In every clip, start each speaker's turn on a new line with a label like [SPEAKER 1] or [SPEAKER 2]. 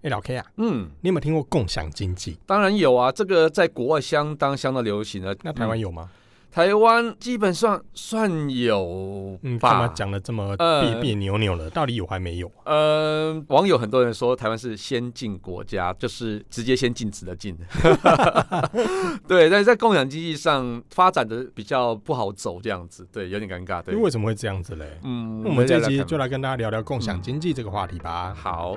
[SPEAKER 1] 哎、老 K 啊，
[SPEAKER 2] 嗯，
[SPEAKER 1] 你有没有听过共享经济？
[SPEAKER 2] 当然有啊，这个在国外相当相当流行的。
[SPEAKER 1] 那台湾
[SPEAKER 2] 有、
[SPEAKER 1] 有吗？
[SPEAKER 2] 台湾基本上算有
[SPEAKER 1] 嗯，干嘛
[SPEAKER 2] 吧。
[SPEAKER 1] 讲的这么别
[SPEAKER 2] 呃
[SPEAKER 1] 别扭扭的？到底有还没有啊？
[SPEAKER 2] 呃，网友很多人说台湾是先进国家，就是直接先禁止的禁。 对，但是在共享经济上发展的比较不好走，这样子，对，有点尴尬。对
[SPEAKER 1] 因，为什么会这样子嘞？
[SPEAKER 2] 嗯
[SPEAKER 1] 那我们这一
[SPEAKER 2] 聊
[SPEAKER 1] 集
[SPEAKER 2] 聊
[SPEAKER 1] 就
[SPEAKER 2] 看
[SPEAKER 1] 来跟大家聊聊共享经济这个话题吧。
[SPEAKER 2] 好，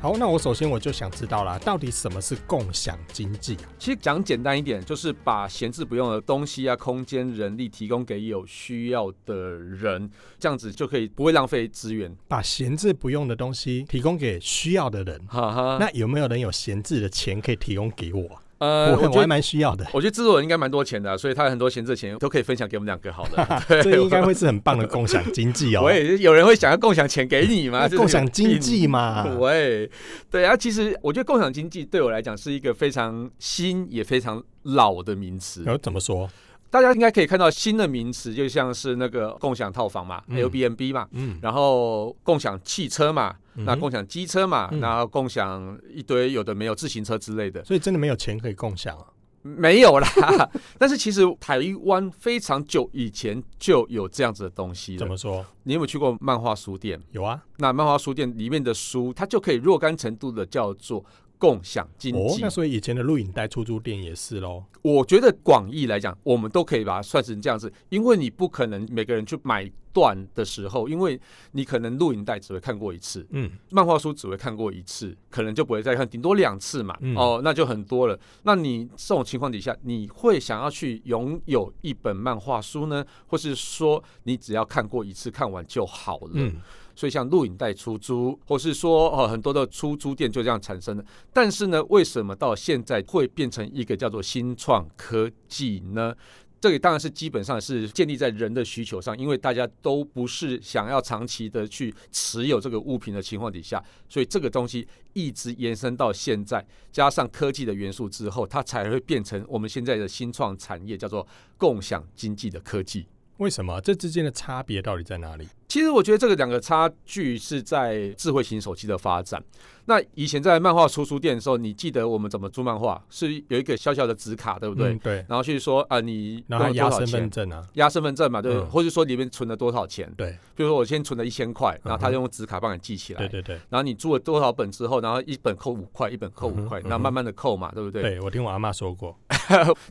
[SPEAKER 1] 好，那我首先我就想知道啦，到底什么是共享经济啊？
[SPEAKER 2] 其实讲简单一点，就是把闲置不用的东西啊、空间、人力提供给有需要的人，这样子就可以不会浪费资源。
[SPEAKER 1] 把闲置不用的东西提供给需要的人。
[SPEAKER 2] 哈哈，
[SPEAKER 1] 那有没有人有闲置的钱可以提供给我啊？
[SPEAKER 2] 呃，
[SPEAKER 1] 我
[SPEAKER 2] 我
[SPEAKER 1] 我
[SPEAKER 2] 觉
[SPEAKER 1] 还
[SPEAKER 2] 得。
[SPEAKER 1] 蛮需要 的，
[SPEAKER 2] 我觉得制作人应该蛮多钱的啊、所以他很多闲置的钱都可以分享给我们两个好 了。
[SPEAKER 1] 这应该会是很棒的共享经济哦。
[SPEAKER 2] 我也有人会想要共享钱给你吗？
[SPEAKER 1] 那
[SPEAKER 2] 这是
[SPEAKER 1] 共享经
[SPEAKER 2] 有
[SPEAKER 1] 济 嘛，
[SPEAKER 2] 病。喂，对啊，其实我觉得共享经济对我来讲是一个非常新也非常老的名词。
[SPEAKER 1] 然后怎么说？
[SPEAKER 2] 大家应该可以看到新的名词，就像是那个共享套房嘛、
[SPEAKER 1] 嗯
[SPEAKER 2] l b n b 嘛，
[SPEAKER 1] 嗯，
[SPEAKER 2] 然后共享汽车嘛，那
[SPEAKER 1] 嗯
[SPEAKER 2] 共享机车嘛，
[SPEAKER 1] 嗯
[SPEAKER 2] 然后共享一堆有的没有自行车之类的，
[SPEAKER 1] 所以真的没有钱可以共享啊。
[SPEAKER 2] 没有啦。 但是其实台湾非常久以前就有这样子的东西
[SPEAKER 1] 怎
[SPEAKER 2] 了。
[SPEAKER 1] 么说？
[SPEAKER 2] 你有没有去过漫画书店？
[SPEAKER 1] 有啊，
[SPEAKER 2] 那漫画书店里面的书，它就可以若干程度的叫做共享经
[SPEAKER 1] 哦，
[SPEAKER 2] 济。
[SPEAKER 1] 那所以以前的录影带出租店也是喽。
[SPEAKER 2] 我觉得广义来讲，我们都可以把它算成这样子，因为你不可能每个人去买断的时候，因为你可能录影带只会看过一次，
[SPEAKER 1] 嗯，
[SPEAKER 2] 漫画书只会看过一次，可能就不会再看，顶多两次嘛。
[SPEAKER 1] 嗯
[SPEAKER 2] 哦，那就很多了。那你这种情况底下，你会想要去拥有一本漫画书呢，或是说你只要看过一次，看完就好了？
[SPEAKER 1] 嗯，
[SPEAKER 2] 所以像录影带出租，或是说哦很多的出租店就这样产生的。但是呢，为什么到现在会变成一个叫做新创科技呢？这个当然是基本上是建立在人的需求上，因为大家都不是想要长期的去持有这个物品的情况底下，所以这个东西一直延伸到现在，加上科技的元素之后，它才会变成我们现在的新创产业，叫做共享经济的科技。
[SPEAKER 1] 为什么这之间的差别到底在哪里？
[SPEAKER 2] 其实我觉得这个两个差距是在智慧型手机的发展。那以前在漫画出书店的时候，你记得我们怎么租漫画？是有一个小小的纸卡，对不对？
[SPEAKER 1] 嗯对，
[SPEAKER 2] 然后去说啊，你
[SPEAKER 1] 然后还
[SPEAKER 2] 用了
[SPEAKER 1] 压
[SPEAKER 2] 多少
[SPEAKER 1] 身份
[SPEAKER 2] 钱？
[SPEAKER 1] 证啊，
[SPEAKER 2] 压身份证嘛，对，
[SPEAKER 1] 嗯
[SPEAKER 2] 或者说里面存了多少钱？
[SPEAKER 1] 对
[SPEAKER 2] 比如说我先存了一千块，然后
[SPEAKER 1] 嗯
[SPEAKER 2] 他
[SPEAKER 1] 哼
[SPEAKER 2] 用纸卡帮你记起来。
[SPEAKER 1] 对对对，
[SPEAKER 2] 然后你租了多少本之后，然后一本扣五块，一本扣五块
[SPEAKER 1] 嗯，哼
[SPEAKER 2] 那、慢慢的扣嘛，对不对？
[SPEAKER 1] 对我听我阿妈说过，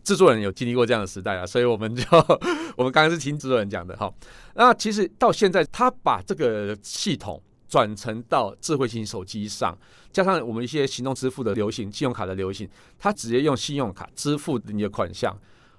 [SPEAKER 2] 制作人有经历过这样的时代啊，所以我们就 我们刚刚是听制作人讲的哈。那其实到现在，他把这个系统转成到智慧型手机上，加上我们一些行动支付的流行、信用卡的流行，他直接用信用卡支付你的款项。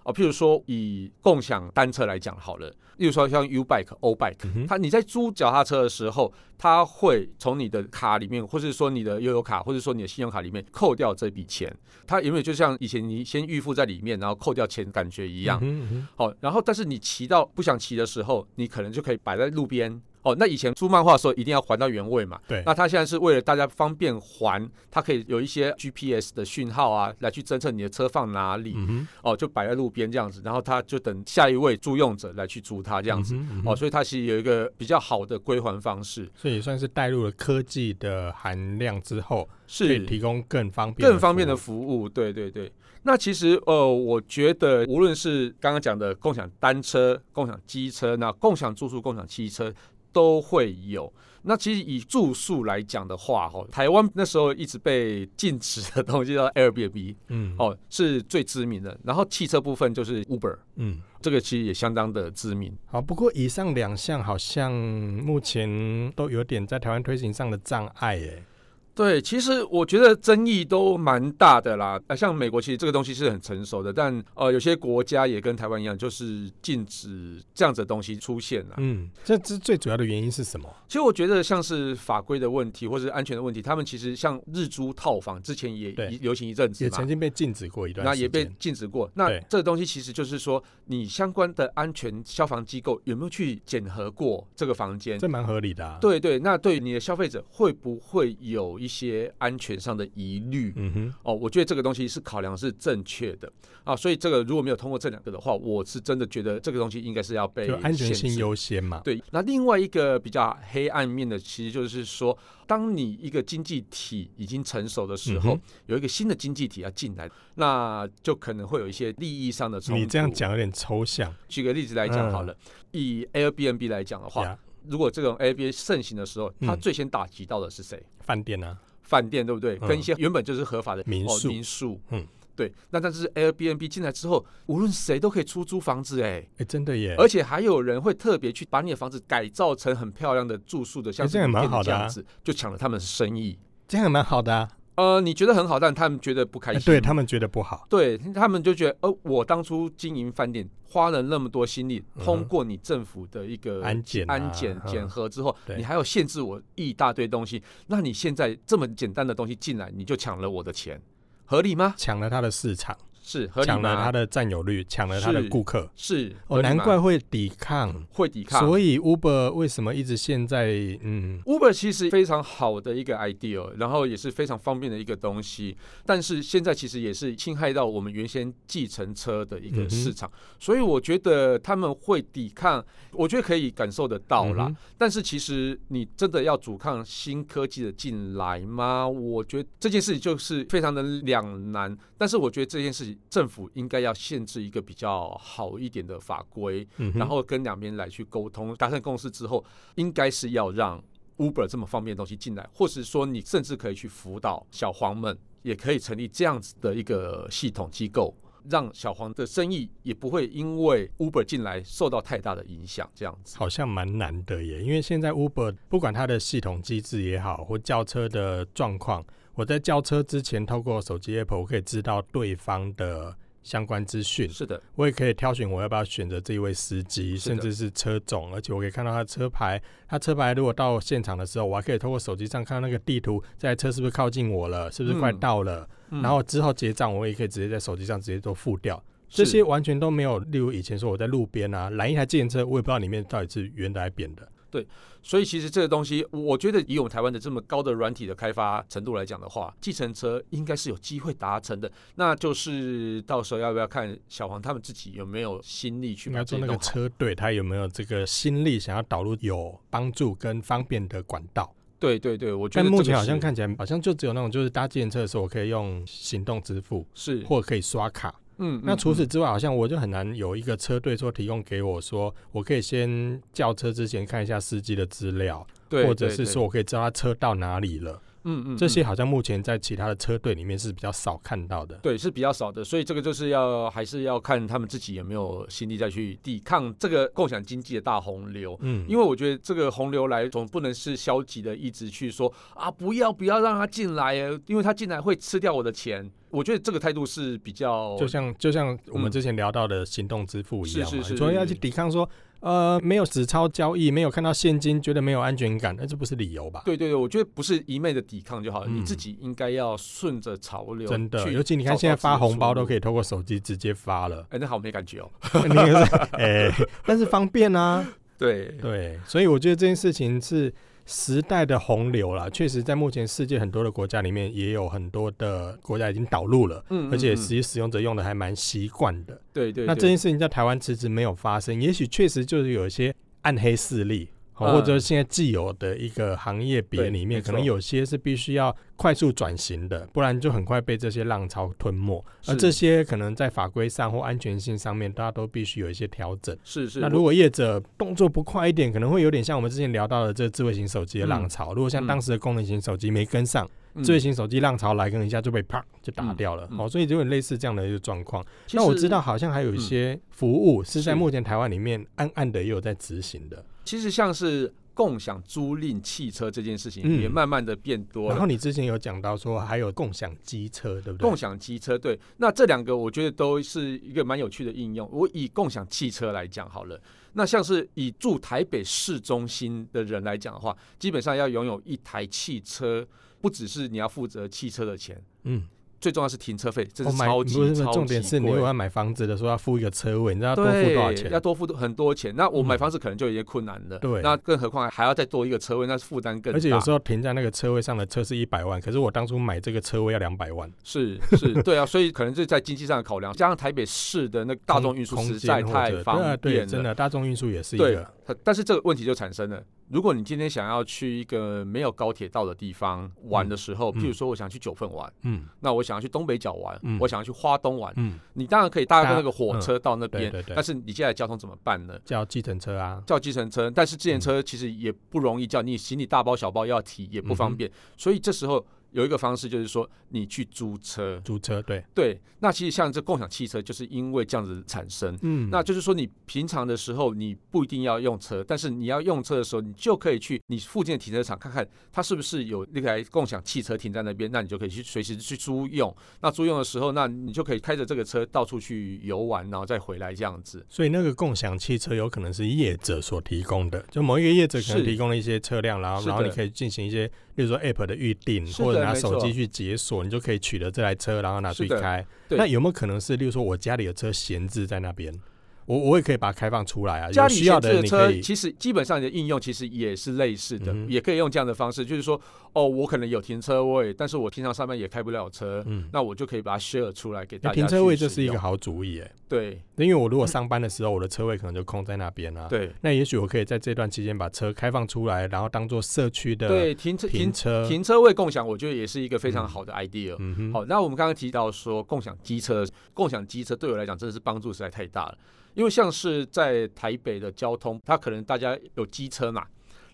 [SPEAKER 2] 哦，譬如说以共享单车来讲好了，例如说像 U Bike、O Bike，、
[SPEAKER 1] 哼
[SPEAKER 2] 它你在租脚踏车的时候，它会从你的卡里面，或是说你的悠游卡，或者说你的信用卡里面扣掉这笔钱。它有没有就像以前你先预付在里面，然后扣掉钱感觉一样？
[SPEAKER 1] 嗯哼嗯
[SPEAKER 2] 好、然后但是你骑到不想骑的时候，你可能就可以摆在路边。哦，那以前租漫画的时候一定要还到原位嘛？
[SPEAKER 1] 对
[SPEAKER 2] 那它现在是为了大家方便还，它可以有一些 GPS 的讯号啊，来去侦测你的车放哪里。
[SPEAKER 1] 哼嗯哼，
[SPEAKER 2] 哦，就摆在路边这样子，然后他就等下一位租用者来去租它这样子。
[SPEAKER 1] 嗯哼，嗯
[SPEAKER 2] 哦，
[SPEAKER 1] 哼
[SPEAKER 2] 所以它其实有一个比较好的归还方式，
[SPEAKER 1] 所以也算是带入了科技的含量之后，可以
[SPEAKER 2] 是
[SPEAKER 1] 提供更方便、
[SPEAKER 2] 更方便的。服务。对对对。那其实呃，我觉得无论是刚刚讲的共享单车、共享机车，那共享住宿、共享汽车都会有。那其实以住宿来讲的话，哈，台湾那时候一直被禁止的东西叫 Airbnb，
[SPEAKER 1] 嗯，哦，
[SPEAKER 2] 哦，是最知名的。然后汽车部分就是 Uber，
[SPEAKER 1] 嗯。
[SPEAKER 2] 这个其实也相当的知名。
[SPEAKER 1] 好，不过以上两项好像目前都有点在台湾推行上的障碍，哎，
[SPEAKER 2] 对，其实我觉得争议都蛮大的啦。呃，像美国其实这个东西是很成熟的，但呃，有些国家也跟台湾一样，就是禁止这样子的东西出现啦。
[SPEAKER 1] 嗯，这这最主要的原因是什么？
[SPEAKER 2] 其实我觉得像是法规的问题或是安全的问题，他们其实像日租套房之前也
[SPEAKER 1] 对
[SPEAKER 2] 一流行一阵子
[SPEAKER 1] 也
[SPEAKER 2] 嘛
[SPEAKER 1] 曾。经被禁止过一段
[SPEAKER 2] 那
[SPEAKER 1] 时
[SPEAKER 2] 也被
[SPEAKER 1] 间
[SPEAKER 2] 禁止过。那
[SPEAKER 1] 对
[SPEAKER 2] 这个东西其实就是说，你相关的安全消防机构有没有去检核过这个房间？
[SPEAKER 1] 这蛮合理的、啊。，
[SPEAKER 2] 对对，那对于你的消费者会不会有一些安全上的疑虑？
[SPEAKER 1] 嗯哼，
[SPEAKER 2] 哦，我觉得这个东西是考量是正确的啊，所以这个如果没有通过这两个的话，我是真的觉得这个东西应该是要被
[SPEAKER 1] 就安全
[SPEAKER 2] 限
[SPEAKER 1] 性
[SPEAKER 2] 制
[SPEAKER 1] 优先嘛。
[SPEAKER 2] 对，那另外一个比较黑暗面的，其实就是说，当你一个经济体已经成熟的时候，
[SPEAKER 1] 嗯哼
[SPEAKER 2] 有一个新的经济体要进来，那就可能会有一些利益上的冲突。
[SPEAKER 1] 你这样，讲有点抽象
[SPEAKER 2] 举个例子来讲好了，以 Airbnb 来讲的话，
[SPEAKER 1] 呀，
[SPEAKER 2] 如果这种 Airbnb 盛行的时候，它
[SPEAKER 1] 嗯
[SPEAKER 2] 最先打击到的是谁？
[SPEAKER 1] 饭店啊，
[SPEAKER 2] 饭店对不对？
[SPEAKER 1] 嗯
[SPEAKER 2] 跟一些原本就是合法的
[SPEAKER 1] 民宿
[SPEAKER 2] 哦、民宿，
[SPEAKER 1] 嗯
[SPEAKER 2] 嗯。对，那但是 Airbnb 进来之后，无论谁都可以出租房子哎、
[SPEAKER 1] 哎、真的耶，
[SPEAKER 2] 而且还有人会特别去把你的房子改造成很漂亮的住宿的，像
[SPEAKER 1] 这样也蛮
[SPEAKER 2] 旅店
[SPEAKER 1] 好的啊
[SPEAKER 2] 这样子，就抢了他们的生意。
[SPEAKER 1] 这样也蛮好的啊。
[SPEAKER 2] 呃，你觉得很好，但他们觉得不开
[SPEAKER 1] 哎
[SPEAKER 2] 心。
[SPEAKER 1] 对他们觉得不好，
[SPEAKER 2] 对他们就觉得，呃，我当初经营饭店花了那么多心力，
[SPEAKER 1] 嗯哼
[SPEAKER 2] 通过你政府的一个
[SPEAKER 1] 安检啊
[SPEAKER 2] 安检
[SPEAKER 1] 嗯
[SPEAKER 2] 检核之后，
[SPEAKER 1] 对
[SPEAKER 2] 你还要限制我一大堆东西，那你现在这么简单的东西进来，你就抢了我的钱，合理吗？
[SPEAKER 1] 抢了他的市场，
[SPEAKER 2] 是合理
[SPEAKER 1] 抢了
[SPEAKER 2] 吗？
[SPEAKER 1] 他的占有率，抢了他的
[SPEAKER 2] 是
[SPEAKER 1] 顾客。
[SPEAKER 2] 是
[SPEAKER 1] 哦，
[SPEAKER 2] 合理
[SPEAKER 1] 难
[SPEAKER 2] 吗
[SPEAKER 1] 怪会抵抗。
[SPEAKER 2] 会抵抗。
[SPEAKER 1] 所以 Uber 为什么一直现在嗯
[SPEAKER 2] Uber 其实非常好的一个 idea，然后也是非常方便的一个东西，但是现在其实也是侵害到我们原先计程车的一
[SPEAKER 1] 嗯哼
[SPEAKER 2] 个市场，所以我觉得他们会抵抗，我觉得可以感受得到啦。
[SPEAKER 1] 嗯哼
[SPEAKER 2] 但是其实你真的要阻抗新科技的进来吗？我觉得这件事情就是非常的两难。但是我觉得这件事情政府应该要限制一个比较好一点的法规，
[SPEAKER 1] 嗯哼
[SPEAKER 2] 然后跟两边来去沟通，达成共识之后，应该是要让 Uber 这么方便的东西进来，或是说你甚至可以去辅导小黄们，也可以成立这样子的一个系统机构，让小黄的生意也不会因为 Uber 进来受到太大的影响。这样子，
[SPEAKER 1] 好像蛮难的耶，因为现在 Uber 不管它的系统机制也好，或叫车的状况，我在叫车之前透过手机 app 我可以知道对方的相关资讯，
[SPEAKER 2] 是的，
[SPEAKER 1] 我也可以挑选我要不要选择这一位司机，
[SPEAKER 2] 是的
[SPEAKER 1] 甚至是车种，而且我可以看到他的车牌。他车牌如果到现场的时候，我还可以透过手机上看到那个地图，这台车是不是靠近我了，是不是快
[SPEAKER 2] 嗯
[SPEAKER 1] 到了？
[SPEAKER 2] 嗯
[SPEAKER 1] 然后之后结账，我也可以直接在手机上直接做付掉。这
[SPEAKER 2] 是
[SPEAKER 1] 些完全都没有，例如以前说我在路边啊拦一台自行车，我也不知道里面到底是圆的还是扁的。
[SPEAKER 2] 所以其实这个东西，我觉得以我们台湾的这么高的软体的开发程度来讲的话，计程车应该是有机会达成的。那就是到时候要不要看小黄他们自己有没有心力去
[SPEAKER 1] 应
[SPEAKER 2] 把
[SPEAKER 1] 该
[SPEAKER 2] 这
[SPEAKER 1] 说那
[SPEAKER 2] 些
[SPEAKER 1] 个
[SPEAKER 2] 弄好？
[SPEAKER 1] 车队他有没有这个心力想要导入有帮助跟方便的管道？
[SPEAKER 2] 对对对，我觉
[SPEAKER 1] 但
[SPEAKER 2] 得
[SPEAKER 1] 目
[SPEAKER 2] 这个
[SPEAKER 1] 前好像
[SPEAKER 2] 是
[SPEAKER 1] 看起来好像就只有那种就是搭电车的时候我可以用行动支付
[SPEAKER 2] 是，
[SPEAKER 1] 或可以刷卡。
[SPEAKER 2] 嗯，
[SPEAKER 1] 那
[SPEAKER 2] 嗯
[SPEAKER 1] 除此
[SPEAKER 2] 嗯
[SPEAKER 1] 之外，好像我就很难有一个车队说提供给我说我可以先叫车之前看一下司机的资料，
[SPEAKER 2] 对
[SPEAKER 1] 或者
[SPEAKER 2] 对
[SPEAKER 1] 是
[SPEAKER 2] 对
[SPEAKER 1] 说我可以知道他车到哪里了。
[SPEAKER 2] 嗯嗯
[SPEAKER 1] 这
[SPEAKER 2] 嗯
[SPEAKER 1] 些好像目前在其他的车队里面是比较少看到的。
[SPEAKER 2] 对，是比较少的，所以这个就是要还是要看他们自己有没有心力再去抵抗这个共享经济的大洪流。
[SPEAKER 1] 嗯，
[SPEAKER 2] 因为我觉得这个洪流来，总不能是消极的，一直去说啊，不要不要让他进来，呃因为他进来会吃掉我的钱。我觉得这个态度是比较
[SPEAKER 1] 就像就像我们
[SPEAKER 2] 嗯
[SPEAKER 1] 之前聊到的行动支付一样嘛，
[SPEAKER 2] 是是是
[SPEAKER 1] 你说要去抵抗说，呃，没有纸钞交易，没有看到现金，觉得没有安全感，那这不是理由吧？
[SPEAKER 2] 对对对，我觉得不是一昧的抵抗就好了，
[SPEAKER 1] 嗯
[SPEAKER 2] 你自己应该要顺着潮流
[SPEAKER 1] 真的，
[SPEAKER 2] 去
[SPEAKER 1] 尤其你看
[SPEAKER 2] 找
[SPEAKER 1] 现在
[SPEAKER 2] 到自己
[SPEAKER 1] 发
[SPEAKER 2] 的
[SPEAKER 1] 红包
[SPEAKER 2] 出
[SPEAKER 1] 都
[SPEAKER 2] 路，
[SPEAKER 1] 可以透过手机直接发了
[SPEAKER 2] 哎，那好没感觉哦。
[SPEAKER 1] 你也是哎、但是方便啊，
[SPEAKER 2] 对，
[SPEAKER 1] 对，所以我觉得这件事情是时代的洪流啦，确实在目前世界很多的国家里面，也有很多的国家已经导入了，
[SPEAKER 2] 嗯
[SPEAKER 1] 而且
[SPEAKER 2] 嗯嗯
[SPEAKER 1] 实际使用者用的还蛮习惯的。
[SPEAKER 2] 对对，
[SPEAKER 1] 那
[SPEAKER 2] 对
[SPEAKER 1] 这件事情在台湾迟迟没有发生，也许确实就是有一些暗黑势力，哦或者
[SPEAKER 2] 嗯
[SPEAKER 1] 现在既有的一个行业别
[SPEAKER 2] 对
[SPEAKER 1] 里面，
[SPEAKER 2] 没
[SPEAKER 1] 可能
[SPEAKER 2] 错
[SPEAKER 1] 有些是必须要快速转型的，不然就很快被这些浪潮吞没。而
[SPEAKER 2] 是
[SPEAKER 1] 这些可能在法规上或安全性上面，大家都必须有一些调整。
[SPEAKER 2] 是是
[SPEAKER 1] 那如果业者动作不快一点，可能会有点像我们之前聊到的这智慧型手机的浪潮。如果像
[SPEAKER 2] 嗯
[SPEAKER 1] 当时的功能型手机没跟上，
[SPEAKER 2] 嗯
[SPEAKER 1] 智慧型手机浪潮来跟一下就被啪就打
[SPEAKER 2] 嗯
[SPEAKER 1] 掉了。
[SPEAKER 2] 嗯
[SPEAKER 1] 哦，所以就有点类似这样的一个状况。
[SPEAKER 2] 其
[SPEAKER 1] 那我
[SPEAKER 2] 实嗯
[SPEAKER 1] 知道，好像还有一些服务是在
[SPEAKER 2] 是
[SPEAKER 1] 目前台湾里面暗暗的也有在执行的。
[SPEAKER 2] 其实像是共享租赁汽车这件事情
[SPEAKER 1] 嗯
[SPEAKER 2] 也慢慢的变多了。
[SPEAKER 1] 然后你之前有讲到说还有共享机车，对不对？
[SPEAKER 2] 共享机车，对，那这两个我觉得都是一个蛮有趣的应用。我以共享汽车来讲好了，那像是以住台北市中心的人来讲的话，基本上要拥有一台汽车，不只是你要负责汽车的钱，
[SPEAKER 1] 嗯，
[SPEAKER 2] 最重要是停车费，这
[SPEAKER 1] 我
[SPEAKER 2] 是
[SPEAKER 1] 哦买
[SPEAKER 2] 超级、
[SPEAKER 1] 不是不是
[SPEAKER 2] 超级
[SPEAKER 1] 重点是你
[SPEAKER 2] 贵
[SPEAKER 1] 如果要买房子的时候要付一个车位，你知道要多付
[SPEAKER 2] 对，
[SPEAKER 1] 多少钱
[SPEAKER 2] 要？多付很多钱。那我
[SPEAKER 1] 嗯
[SPEAKER 2] 买房子可能就有些困难了，
[SPEAKER 1] 对
[SPEAKER 2] 那更何况还要再多一个车位，那负担更大。
[SPEAKER 1] 而且有时候停在那个车位上的车是一百万，可是我当初买这个车位要两百万，
[SPEAKER 2] 是是， 对啊，所以可能是在经济上的考量，加上台北市的那个大众运输
[SPEAKER 1] 空
[SPEAKER 2] 实在
[SPEAKER 1] 空间或
[SPEAKER 2] 太
[SPEAKER 1] 者
[SPEAKER 2] 方
[SPEAKER 1] 对啊对
[SPEAKER 2] 便
[SPEAKER 1] 真
[SPEAKER 2] 了。
[SPEAKER 1] 的大众运输也是一
[SPEAKER 2] 对
[SPEAKER 1] 个，
[SPEAKER 2] 它但是这个问题就产生了。如果你今天想要去一个没有高铁到的地方玩的时候，
[SPEAKER 1] 嗯
[SPEAKER 2] 譬如说我想去九份玩，
[SPEAKER 1] 嗯
[SPEAKER 2] 那我想要去东北角玩，
[SPEAKER 1] 嗯
[SPEAKER 2] 我想要去花东玩，
[SPEAKER 1] 嗯，
[SPEAKER 2] 你当然可以搭
[SPEAKER 1] 搭嗯
[SPEAKER 2] 那个火车到那边，
[SPEAKER 1] 对对对
[SPEAKER 2] 但是你现在交通怎么办呢？
[SPEAKER 1] 叫计程车啊，
[SPEAKER 2] 叫计程车，但是计程车其实也不容易叫，你行李大包小包要提也不方便，所以这时候有一个方式就是说你去租车。
[SPEAKER 1] 租车对，
[SPEAKER 2] 对，那其实像这共享汽车就是因为这样子产生。
[SPEAKER 1] 嗯
[SPEAKER 2] 那就是说，你平常的时候你不一定要用车，但是你要用车的时候，你就可以去你附近的停车场看看，它是不是有那台共享汽车停在那边，那你就可以去随时去租用。那租用的时候，那你就可以开着这个车到处去游玩，然后再回来这样子。
[SPEAKER 1] 所以那个共享汽车有可能是业者所提供的，就某一个业者可能
[SPEAKER 2] 是
[SPEAKER 1] 提供了一些车辆，然后
[SPEAKER 2] 是的
[SPEAKER 1] 然后你可以进行一些，例如说 App 的预定，
[SPEAKER 2] 是的
[SPEAKER 1] 或者拿手机
[SPEAKER 2] 没错
[SPEAKER 1] 去解锁，你就可以取得这台车，然后拿出去
[SPEAKER 2] 是的
[SPEAKER 1] 开。
[SPEAKER 2] 对
[SPEAKER 1] 那有没有可能是，例如说我家里的车闲置在那边，我我也可以把它开放出来啊，
[SPEAKER 2] 家
[SPEAKER 1] 有
[SPEAKER 2] 里
[SPEAKER 1] 需要
[SPEAKER 2] 闲
[SPEAKER 1] 的人
[SPEAKER 2] 置的
[SPEAKER 1] 你可
[SPEAKER 2] 车
[SPEAKER 1] 以，
[SPEAKER 2] 其实基本上你的应用其实也是类似的，
[SPEAKER 1] 嗯哼
[SPEAKER 2] 也可以用这样的方式，就是说，哦，我可能有停车位，但是我平常上班也开不了车，
[SPEAKER 1] 嗯，
[SPEAKER 2] 那我就可以把它 share 出来给大
[SPEAKER 1] 那
[SPEAKER 2] 家。
[SPEAKER 1] 停车位这是一个，好主意诶，
[SPEAKER 2] 对
[SPEAKER 1] 因为我如果上班的时候，我的车位可能就空在那边啊。
[SPEAKER 2] 对
[SPEAKER 1] 那也许我可以在这段期间把车开放出来，然后当做社区的
[SPEAKER 2] 对，停车
[SPEAKER 1] 停
[SPEAKER 2] 停
[SPEAKER 1] 车。
[SPEAKER 2] 停车位共享，我觉得也是一个非
[SPEAKER 1] 嗯
[SPEAKER 2] 常好的 idea。
[SPEAKER 1] 嗯哼，
[SPEAKER 2] 好，那我们刚刚提到说共享机车，共享机车对我来讲真的是帮助实在太大了，因为像是在台北的交通，它可能大家有机车嘛，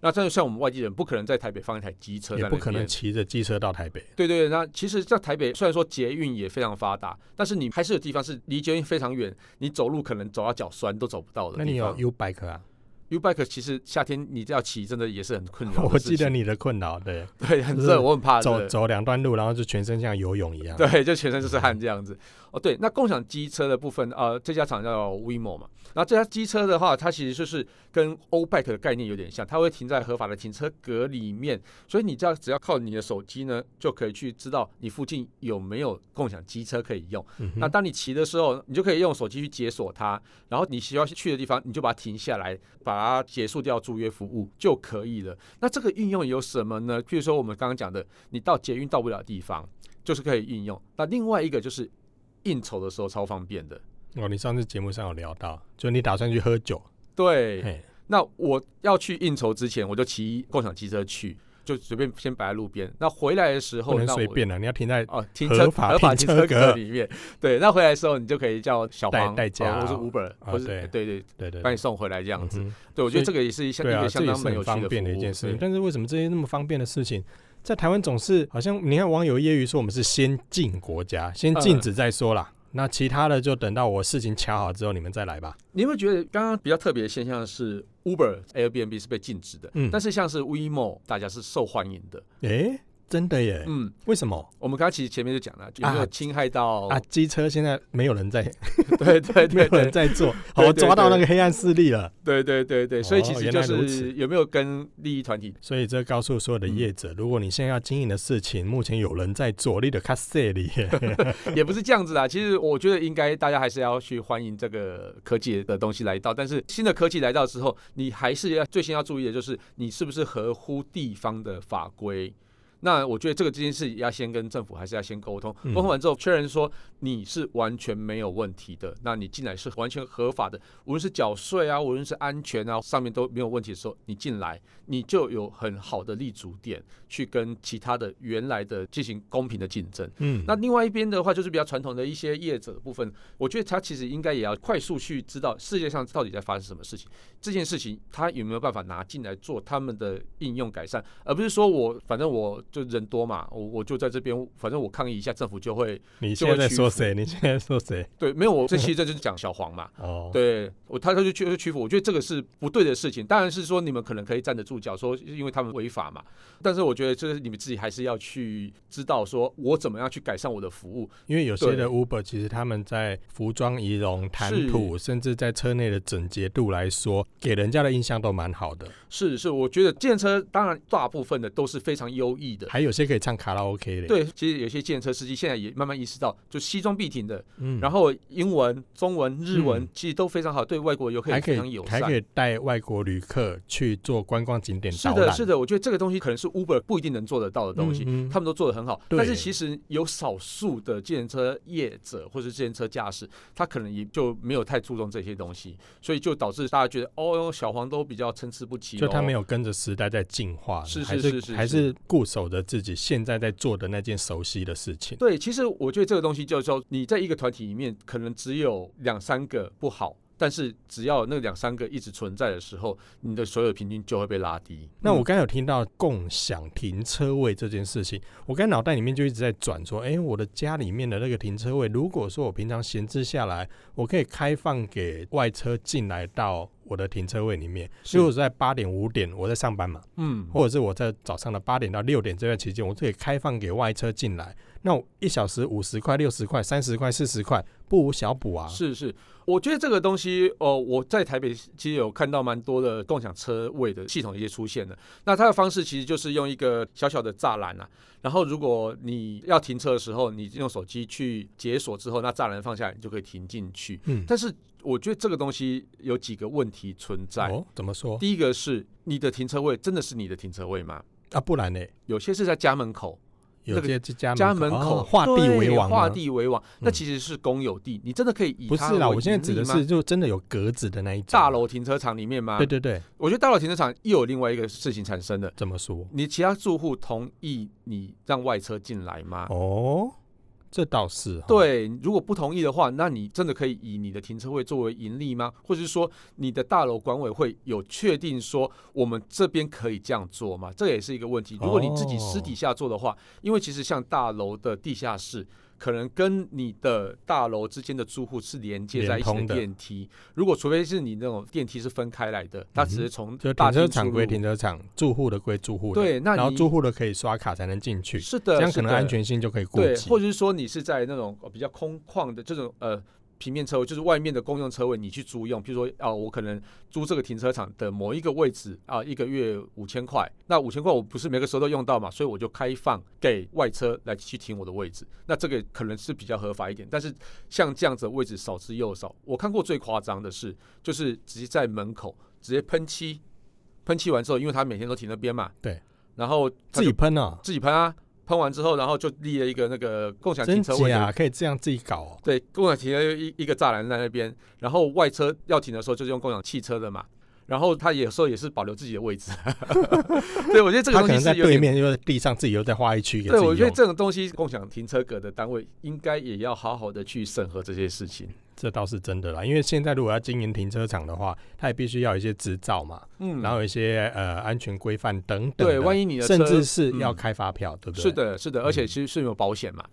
[SPEAKER 2] 那但是像我们外地人不可能在台北放一台机车在
[SPEAKER 1] 也
[SPEAKER 2] 那
[SPEAKER 1] 不可能
[SPEAKER 2] 边
[SPEAKER 1] 骑着机车到台北。
[SPEAKER 2] 对对，那其实，在台北虽然说捷运也非常发达，但是你还是有地方是离捷运非常远，你走路可能走到脚酸都走不到的
[SPEAKER 1] 那你
[SPEAKER 2] 地
[SPEAKER 1] 有
[SPEAKER 2] 方。
[SPEAKER 1] U bike 啊？
[SPEAKER 2] U bike 其实夏天你要骑真的也是很困扰的事情。
[SPEAKER 1] 我记得你的困扰，对，
[SPEAKER 2] 对很
[SPEAKER 1] 就是
[SPEAKER 2] 热，我很 怕
[SPEAKER 1] 走
[SPEAKER 2] 热。
[SPEAKER 1] 走两段路，然后就全身像游泳一样。
[SPEAKER 2] 对，就全身就是汗这样子。哦，对，那共享机车的部分，呃，这家厂叫 WeMo 嘛，然后这家机车的话，它其实就是跟 O Bike 的概念有点像，它会停在合法的停车格里面，所以你只要只要靠你的手机呢，就可以去知道你附近有没有共享机车可以用。
[SPEAKER 1] 嗯
[SPEAKER 2] 那
[SPEAKER 1] 哼，
[SPEAKER 2] 当你骑的时候，你就可以用手机去解锁它，然后你需要去的地方，你就把它停下来，把它结束掉租约服务就可以了。那这个应用有什么呢？譬如说我们刚刚讲的，你到捷运到不了的地方，就是可以应用。那另外一个就是应酬的时候超方便的。
[SPEAKER 1] 哦，你上次节目上有聊到，就你打算去喝酒，
[SPEAKER 2] 对，
[SPEAKER 1] 嘿，
[SPEAKER 2] 那我要去应酬之前，我就骑共享汽车去，就随便先摆在路边。那回来的时候，
[SPEAKER 1] 不能
[SPEAKER 2] 哦那
[SPEAKER 1] 随
[SPEAKER 2] 我
[SPEAKER 1] 便啊了，你要停在
[SPEAKER 2] 哦，停车
[SPEAKER 1] 合法停
[SPEAKER 2] 停
[SPEAKER 1] 车
[SPEAKER 2] 车
[SPEAKER 1] 格
[SPEAKER 2] 格里面。对，那回来的时候你就可以叫小
[SPEAKER 1] 代
[SPEAKER 2] 黄
[SPEAKER 1] 代驾
[SPEAKER 2] 呃或是
[SPEAKER 1] 啊
[SPEAKER 2] Uber，
[SPEAKER 1] 啊
[SPEAKER 2] 或是
[SPEAKER 1] 对
[SPEAKER 2] 对对，
[SPEAKER 1] 对对
[SPEAKER 2] 把你
[SPEAKER 1] 对
[SPEAKER 2] 送回来这样子。
[SPEAKER 1] 嗯哼
[SPEAKER 2] 对，我觉得
[SPEAKER 1] 所
[SPEAKER 2] 这个也是一项一
[SPEAKER 1] 对啊，
[SPEAKER 2] 个相
[SPEAKER 1] 这也
[SPEAKER 2] 当
[SPEAKER 1] 是
[SPEAKER 2] 蛮有
[SPEAKER 1] 很
[SPEAKER 2] 趣
[SPEAKER 1] 方
[SPEAKER 2] 的
[SPEAKER 1] 便的一
[SPEAKER 2] 服务
[SPEAKER 1] 件事情。
[SPEAKER 2] 对
[SPEAKER 1] 但是为什么这些那么方便的事情，在台湾总是好像你看网友揶揄说我们是先进国家，先禁
[SPEAKER 2] 嗯
[SPEAKER 1] 止再说啦。那其他的就等到我事情卡好之后，你们再来吧。
[SPEAKER 2] 你有没有觉得刚刚比较特别的现象是 Uber、Airbnb 是被禁止的，
[SPEAKER 1] 嗯
[SPEAKER 2] 但是像是 WeMo 大家是受欢迎的。
[SPEAKER 1] 诶，真的耶？
[SPEAKER 2] 嗯，
[SPEAKER 1] 为什么
[SPEAKER 2] 我们刚刚其实前面就讲了，有没
[SPEAKER 1] 啊
[SPEAKER 2] 有侵害到？
[SPEAKER 1] 啊？机车现在没有人在
[SPEAKER 2] 对对
[SPEAKER 1] 没
[SPEAKER 2] 哦对
[SPEAKER 1] 有人
[SPEAKER 2] 对
[SPEAKER 1] 在做，好，
[SPEAKER 2] 对
[SPEAKER 1] 我
[SPEAKER 2] 对
[SPEAKER 1] 抓到那
[SPEAKER 2] 对
[SPEAKER 1] 个黑暗势力了。
[SPEAKER 2] 对对对对，所以其
[SPEAKER 1] 哦
[SPEAKER 2] 实
[SPEAKER 1] 原
[SPEAKER 2] 就
[SPEAKER 1] 来如此
[SPEAKER 2] 是有没有跟利益团体
[SPEAKER 1] 所以这告诉所有的
[SPEAKER 2] 嗯
[SPEAKER 1] 业者，如果你现在要经营的事情，目前有人在做，你得卡塞里。
[SPEAKER 2] 也不是这样子啦。其实我觉得应该大家还是要去欢迎这个科技的东西来到，但是新的科技来到之后，你还是要最先要注意的就是你是不是合乎地方的法规。那我觉得这个这件事也要先跟政府还是要先沟通，
[SPEAKER 1] 嗯
[SPEAKER 2] 沟通完之后确认说你是完全没有问题的，那你进来是完全合法的，无论是缴税啊，无论是安全啊，上面都没有问题的时候，你进来你就有很好的立足点去跟其他的原来的进行公平的竞争。
[SPEAKER 1] 嗯，
[SPEAKER 2] 那另外一边的话，就是比较传统的一些业者的部分，我觉得他其实应该也要快速去知道世界上到底在发生什么事情，这件事情他有没有办法拿进来做他们的应用改善，而不是说我反正我就人多嘛，我我就在这边，反正我抗议一下，政府就会
[SPEAKER 1] 你
[SPEAKER 2] 就
[SPEAKER 1] 现
[SPEAKER 2] 会
[SPEAKER 1] 在
[SPEAKER 2] 屈
[SPEAKER 1] 说
[SPEAKER 2] 服
[SPEAKER 1] 谁？你现在说 谁？
[SPEAKER 2] 对，没有我这期这就是讲小黄嘛，
[SPEAKER 1] 哦，
[SPEAKER 2] 对我他他就去就屈服，我觉得这个是不对的事情。当然是说你们可能可以站得住脚，说因为他们违法嘛。但是我觉得就是你们自己还是要去知道，说我怎么样去改善我的服务。
[SPEAKER 1] 因为有些
[SPEAKER 2] 对
[SPEAKER 1] 的 Uber 其实他们在服装仪容、谈吐，甚至在车内的整洁度来说，给人家的印象都蛮好的。
[SPEAKER 2] 是是，我觉得建车当然大部分的都是非常优异的。
[SPEAKER 1] 还有些可以唱卡拉 OK 的，，
[SPEAKER 2] 对，其实有些建车司机现在也慢慢意识到，就西装笔挺的，
[SPEAKER 1] 嗯
[SPEAKER 2] 然后英文、中文、日文、
[SPEAKER 1] 嗯
[SPEAKER 2] 其实都非常好，对外国游客
[SPEAKER 1] 还
[SPEAKER 2] 也
[SPEAKER 1] 可
[SPEAKER 2] 非常友
[SPEAKER 1] 以还
[SPEAKER 2] 善。
[SPEAKER 1] 可以带外国旅客去做观光景点
[SPEAKER 2] 是
[SPEAKER 1] 导
[SPEAKER 2] 的，
[SPEAKER 1] 览，
[SPEAKER 2] 是的，我觉得这个东西可能是 Uber 不一定能做得到的东西。
[SPEAKER 1] 嗯嗯
[SPEAKER 2] 他们都做得很好，
[SPEAKER 1] 对
[SPEAKER 2] 但是其实有少数的自行车业者或是自行车驾驶，他可能也就没有太注重这些东西，所以就导致大家觉得哦，小黄都比较参差不齐、哦，
[SPEAKER 1] 就他没有跟着时代在进化，
[SPEAKER 2] 是
[SPEAKER 1] 还
[SPEAKER 2] 是
[SPEAKER 1] 是
[SPEAKER 2] 是是
[SPEAKER 1] 还
[SPEAKER 2] 是
[SPEAKER 1] 是固守着自己现在在做的那件熟悉的事情。
[SPEAKER 2] 对，其实我觉得这个东西就是说，你在一个团体里面，可能只有两三个不好，但是只要那两三个一直存在的时候，你的所有平均就会被拉低。
[SPEAKER 1] 那我
[SPEAKER 2] 嗯
[SPEAKER 1] 刚才有听到共享停车位这件事情，我刚才脑袋里面就一直在转，说，哎、我的家里面的那个停车位，如果说我平常闲置下来，我可以开放给外车进来到我的停车位里面。
[SPEAKER 2] 是
[SPEAKER 1] 如果在八点五点我在上班嘛，
[SPEAKER 2] 嗯，
[SPEAKER 1] 或者是我在早上的八点到六点这段期间，我可以开放给外车进来。那我一小时五十块、六十块、三十块、四十块，不无小补啊。
[SPEAKER 2] 是是，我觉得这个东西，哦，我在台北其实有看到蛮多的共享车位的系统一些出现的。那它的方式其实就是用一个小小的栅栏啊，然后如果你要停车的时候，你用手机去解锁之后，那栅栏放下来，你就可以停进去。
[SPEAKER 1] 嗯，
[SPEAKER 2] 但是我觉得这个东西有几个问题存在。
[SPEAKER 1] 哦，怎么说
[SPEAKER 2] 第一个是你的停车位真的是你的停车位吗？
[SPEAKER 1] 啊？不然呢？
[SPEAKER 2] 有些是在家门口，
[SPEAKER 1] 有
[SPEAKER 2] 那个
[SPEAKER 1] 些是家
[SPEAKER 2] 家
[SPEAKER 1] 门
[SPEAKER 2] 门
[SPEAKER 1] 口
[SPEAKER 2] 口
[SPEAKER 1] 哦画地为
[SPEAKER 2] 对
[SPEAKER 1] 王吗，
[SPEAKER 2] 画地为王，那
[SPEAKER 1] 嗯
[SPEAKER 2] 其实是公有地，你真的可以以
[SPEAKER 1] 不
[SPEAKER 2] 它
[SPEAKER 1] 是啦，
[SPEAKER 2] 为
[SPEAKER 1] 我现在
[SPEAKER 2] 盈
[SPEAKER 1] 指
[SPEAKER 2] 利
[SPEAKER 1] 的
[SPEAKER 2] 吗
[SPEAKER 1] 是就真的有格子的那一种
[SPEAKER 2] 大。楼停车场里面吗？
[SPEAKER 1] 对对对，
[SPEAKER 2] 我觉得大楼停车场又有另外一个事情产生了，
[SPEAKER 1] 怎么说？
[SPEAKER 2] 你其他住户同意你让外车进来吗？
[SPEAKER 1] 哦，这倒是哈。
[SPEAKER 2] 啊对，如果不同意的话，那你真的可以以你的停车位作为盈利吗？或者是说，你的大楼管委会有确定说我们这边可以这样做吗？这也是一个问题。如果你自己私
[SPEAKER 1] 哦
[SPEAKER 2] 底下做的话，因为其实像大楼的地下室。可能跟你的大楼之间的住户是连接在
[SPEAKER 1] 连
[SPEAKER 2] 一起
[SPEAKER 1] 通的
[SPEAKER 2] 的电梯，如果除非是你那种电梯是分开来的，它只是从
[SPEAKER 1] 嗯就
[SPEAKER 2] 大
[SPEAKER 1] 停车
[SPEAKER 2] 厅
[SPEAKER 1] 场
[SPEAKER 2] 出
[SPEAKER 1] 归
[SPEAKER 2] 入
[SPEAKER 1] 停车场，住户的归住户的。
[SPEAKER 2] 对那
[SPEAKER 1] 然后
[SPEAKER 2] 你
[SPEAKER 1] 住户的可以刷卡才能进去，
[SPEAKER 2] 是的，
[SPEAKER 1] 这样
[SPEAKER 2] 是
[SPEAKER 1] 可能
[SPEAKER 2] 的
[SPEAKER 1] 安全性就可以顾
[SPEAKER 2] 对，
[SPEAKER 1] 及
[SPEAKER 2] 或。者是说你是在那种呃比较空旷的这种呃平面车位，就是外面的公用车位，你去租用，譬如说啊、我可能租这个停车场的某一个位置啊、一个月五千块，那五千块我不是每个时候都用到嘛，所以我就开放给外车来去停我的位置，那这个可能是比较合法一点，但是像这样子的位置少之又少。我看过最夸张的是，就是直接在门口直接喷漆，喷漆完之后，因为他每天都停那边嘛，
[SPEAKER 1] 对，
[SPEAKER 2] 然后他
[SPEAKER 1] 自
[SPEAKER 2] 就
[SPEAKER 1] 己喷啊，
[SPEAKER 2] 自己喷啊，喷完之后，然后就立了一个那个共享
[SPEAKER 1] 真
[SPEAKER 2] 停车位
[SPEAKER 1] 假
[SPEAKER 2] 的，
[SPEAKER 1] 可以这样自己搞哦？
[SPEAKER 2] 对，共享停车位一一个栅栏在那边，然后外车要停的时候就是用共享汽车的嘛，然后他有时候也是保留自己的位置， 对，我觉得这个
[SPEAKER 1] 他可
[SPEAKER 2] 东西
[SPEAKER 1] 能在
[SPEAKER 2] 是有
[SPEAKER 1] 对
[SPEAKER 2] 点。
[SPEAKER 1] 面，又在地上自己又再画一区给自
[SPEAKER 2] 对，
[SPEAKER 1] 己
[SPEAKER 2] 我觉得
[SPEAKER 1] 用，
[SPEAKER 2] 这种东西，共享停车格的单位应该也要好好的去审核这些事情。
[SPEAKER 1] 这倒是真的啦。因为现在如果要经营停车场的话，他也必须要有一些执照嘛，
[SPEAKER 2] 嗯
[SPEAKER 1] 然后有一些呃安全规范等等的。
[SPEAKER 2] 对万一你的
[SPEAKER 1] 甚
[SPEAKER 2] 车
[SPEAKER 1] 至是要
[SPEAKER 2] 嗯
[SPEAKER 1] 开发票，对不对？
[SPEAKER 2] 是的，是的，而且
[SPEAKER 1] 嗯
[SPEAKER 2] 其实是有保险嘛，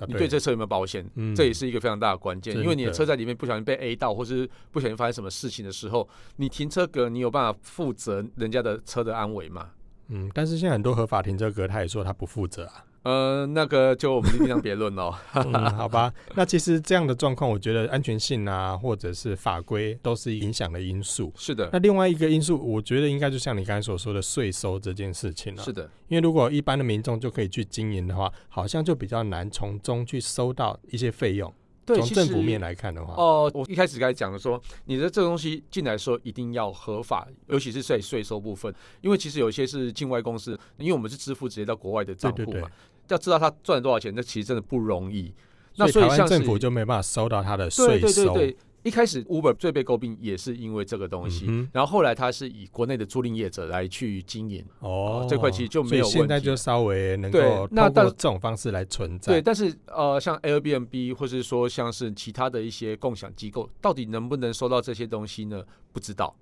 [SPEAKER 1] 啊，
[SPEAKER 2] 你对这车有没有保险？
[SPEAKER 1] 嗯
[SPEAKER 2] 这也是一个非常大的关键，
[SPEAKER 1] 真
[SPEAKER 2] 因为你的
[SPEAKER 1] 的
[SPEAKER 2] 车在里面不小心被 A 到，或是不小心发生什么事情的时候，你停车格你有办法负责人家的车的安危吗？
[SPEAKER 1] 嗯，但是现在很多合法停车格，他也说他不负责啊、
[SPEAKER 2] 呃，那个就我们另当别论喽。
[SPEAKER 1] 嗯好吧？那其实这样的状况，我觉得安全性啊，或者是法规都是影响的因素。
[SPEAKER 2] 是的，
[SPEAKER 1] 那另外一个因素，我觉得应该就像你刚才所说的税收这件事情了、
[SPEAKER 2] 是的，
[SPEAKER 1] 因为如果一般的民众就可以去经营的话，好像就比较难从中去收到一些费用。
[SPEAKER 2] 对，
[SPEAKER 1] 从
[SPEAKER 2] 其
[SPEAKER 1] 政府
[SPEAKER 2] 实
[SPEAKER 1] 面来看的话，
[SPEAKER 2] 哦，我一开始刚才讲的说，你的这个东西进来的时候一定要合法，尤其是在税收部分，因为其实有一些是境外公司，因为我们是支付直接到国外的
[SPEAKER 1] 对
[SPEAKER 2] 账户
[SPEAKER 1] 对对，
[SPEAKER 2] 嘛，要知道他赚了多少钱，那其实真的不容易。那
[SPEAKER 1] 所以
[SPEAKER 2] 所
[SPEAKER 1] 台
[SPEAKER 2] 以
[SPEAKER 1] 湾
[SPEAKER 2] 像
[SPEAKER 1] 政
[SPEAKER 2] 是
[SPEAKER 1] 府就没办法收到他的
[SPEAKER 2] 对
[SPEAKER 1] 税
[SPEAKER 2] 对对
[SPEAKER 1] 收。嗯
[SPEAKER 2] 对，一开始 Uber 最被诟病也是因为这个东西，
[SPEAKER 1] 嗯哼
[SPEAKER 2] 然后后来它是以国内的租赁业者来去经营。
[SPEAKER 1] 哦
[SPEAKER 2] 哦，这块其实就没有
[SPEAKER 1] 所以现在
[SPEAKER 2] 问题
[SPEAKER 1] 就稍微能
[SPEAKER 2] 对
[SPEAKER 1] 够
[SPEAKER 2] 那
[SPEAKER 1] 通过
[SPEAKER 2] 但
[SPEAKER 1] 这种方式来存在。
[SPEAKER 2] 对，但是呃，像 Airbnb 或是说像是其他的一些共享机构，到底能不能收到这些东西呢？不知道。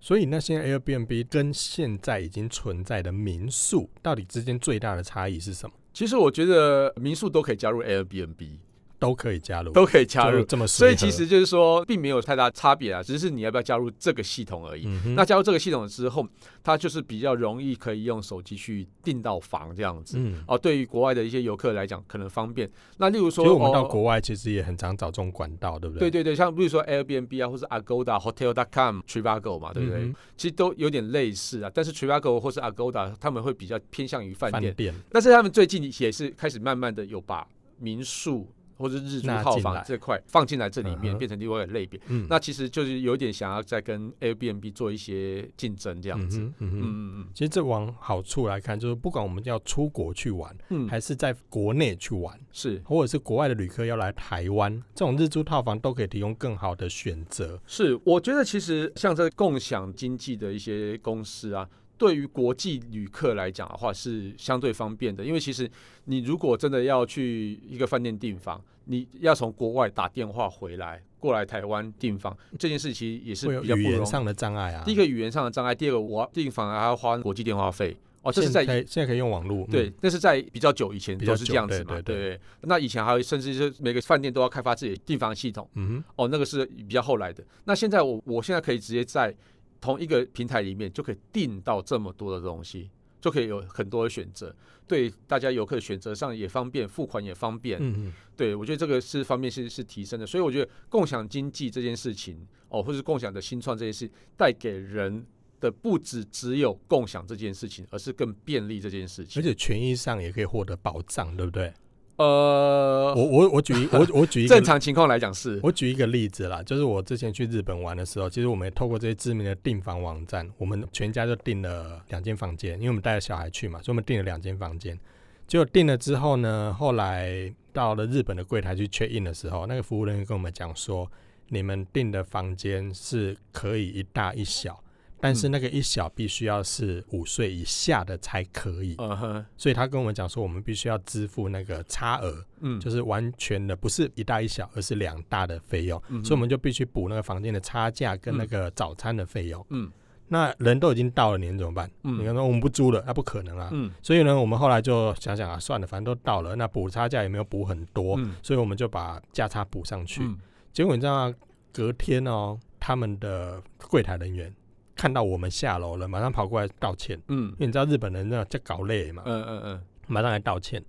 [SPEAKER 1] 所以那些 Airbnb 跟现在已经存在的民宿到底之间最大的差异是什么？
[SPEAKER 2] 其实我觉得民宿都可以加入 Airbnb，哦
[SPEAKER 1] 都可以加入，
[SPEAKER 2] 都可以加
[SPEAKER 1] 就
[SPEAKER 2] 入，
[SPEAKER 1] 这么适
[SPEAKER 2] 所
[SPEAKER 1] 合，
[SPEAKER 2] 以其实就是说，并没有太大差别啊，只是你要不要加入这个系统而已。
[SPEAKER 1] 嗯哼，
[SPEAKER 2] 那加入这个系统之后，它就是比较容易可以用手机去订到房这样子。
[SPEAKER 1] 嗯。
[SPEAKER 2] 哦，对于国外的一些游客来讲，可能方便。那例如
[SPEAKER 1] 其
[SPEAKER 2] 说，
[SPEAKER 1] 实我们
[SPEAKER 2] 哦
[SPEAKER 1] 到国外其实也很常找这种管道，对不
[SPEAKER 2] 对
[SPEAKER 1] 对？
[SPEAKER 2] 对对，像比如说 Airbnb 啊，或是 Agoda、Hotel.com、Trivago 嘛，对不对？
[SPEAKER 1] 嗯
[SPEAKER 2] 其实都有点类似啊，但是 Trivago 或是 Agoda 他们会比较偏向于饭
[SPEAKER 1] 哼饭
[SPEAKER 2] 店，
[SPEAKER 1] 店
[SPEAKER 2] 但是他们最近也是开始慢慢的有把民宿或者日租
[SPEAKER 1] 纳
[SPEAKER 2] 套
[SPEAKER 1] 进来
[SPEAKER 2] 房这块放进来这里
[SPEAKER 1] 嗯
[SPEAKER 2] 面，
[SPEAKER 1] 哼
[SPEAKER 2] 变成另外一个类别。
[SPEAKER 1] 嗯，
[SPEAKER 2] 那其实就是有点想要再跟 Airbnb 做一些竞争这
[SPEAKER 1] 这
[SPEAKER 2] 样子。
[SPEAKER 1] 嗯哼嗯
[SPEAKER 2] 嗯
[SPEAKER 1] 哼
[SPEAKER 2] 嗯嗯
[SPEAKER 1] 其实这往好处来看，就是不管我们要出国去玩，
[SPEAKER 2] 嗯，
[SPEAKER 1] 还是在国内去玩，
[SPEAKER 2] 是
[SPEAKER 1] 或者是国外的旅客要来台湾，这种日租套房都可以提供更好的选择。
[SPEAKER 2] 是，我觉得其实像这共享经济的一些公司啊。对于国际旅客来讲的话，是相对方便的，因为其实你如果真的要去一个饭店订房，你要从国外打电话回来过来台湾订房，这件事其实也是
[SPEAKER 1] 会有
[SPEAKER 2] 比较不
[SPEAKER 1] 语
[SPEAKER 2] 容
[SPEAKER 1] 言
[SPEAKER 2] 易。
[SPEAKER 1] 上的障碍啊。
[SPEAKER 2] 第一个语言上的障碍，第二个我要订房还要花国际电话费哦，这是
[SPEAKER 1] 现
[SPEAKER 2] 在
[SPEAKER 1] 可以现在可以用网络，嗯
[SPEAKER 2] 对，那是在比较久以前
[SPEAKER 1] 比较
[SPEAKER 2] 都是
[SPEAKER 1] 久
[SPEAKER 2] 这样子
[SPEAKER 1] 对对
[SPEAKER 2] 嘛，对
[SPEAKER 1] 对
[SPEAKER 2] 对那以前还有甚至是每个饭店都要开发自己的订房系统
[SPEAKER 1] 嗯哼，
[SPEAKER 2] 哦，那个是比较后来的。那现在我我现在可以直接在同一个平台里面就可以订到这么多的东西，就可以有很多的选择，对大家游客选择上也方便，付款也方便。
[SPEAKER 1] 嗯嗯，
[SPEAKER 2] 对，我觉得这个是方面是是提升的，所以我觉得共享经济这件事情哦，或是共享的新创这件事，带给人的不只只有共享这件事情，而是更便利这件事
[SPEAKER 1] 而
[SPEAKER 2] 情。
[SPEAKER 1] 且权益上也可以获得保障，对不对？
[SPEAKER 2] 呃，
[SPEAKER 1] 我我我举一我我举一个
[SPEAKER 2] 正常情况来讲是，
[SPEAKER 1] 我举一个例子啦，就是我之前去日本玩的时候，其实我们也透过这些知名的订房网站，我们全家就订了两间房间，因为我们带着小孩去嘛，所以我们订了两间房间。结果订了之后呢，后来到了日本的柜台去 check in 的时候，那个服务人员跟我们讲说，你们订的房间是可以一大一小，但是
[SPEAKER 2] 嗯
[SPEAKER 1] 那个一小必须要是五岁以下的才可以，
[SPEAKER 2] 嗯哼，
[SPEAKER 1] 所以他跟我们讲说，我们必须要支付那个差额。
[SPEAKER 2] 嗯，
[SPEAKER 1] 就是完全的不是一大一小，而是两大的费用，
[SPEAKER 2] 嗯哼
[SPEAKER 1] 所以我们就必须补那个房间的差价跟那
[SPEAKER 2] 嗯
[SPEAKER 1] 个早餐的费用。
[SPEAKER 2] 嗯
[SPEAKER 1] 那人都已经到了，你能怎么办？你
[SPEAKER 2] 嗯
[SPEAKER 1] 看说我们不租了，那不可能啊。
[SPEAKER 2] 嗯
[SPEAKER 1] 所以呢，我们后来就想想啊，算了，反正都到了，那补差价也没有补很多，
[SPEAKER 2] 嗯
[SPEAKER 1] 所以我们就把价差补上去。
[SPEAKER 2] 嗯
[SPEAKER 1] 结果你知道吗？隔天哦，他们的柜台人员看到我们下楼了，马上跑过来道歉，
[SPEAKER 2] 嗯
[SPEAKER 1] 因为你知道日本人那叫搞累嘛，
[SPEAKER 2] 嗯嗯嗯，
[SPEAKER 1] 马上来道歉。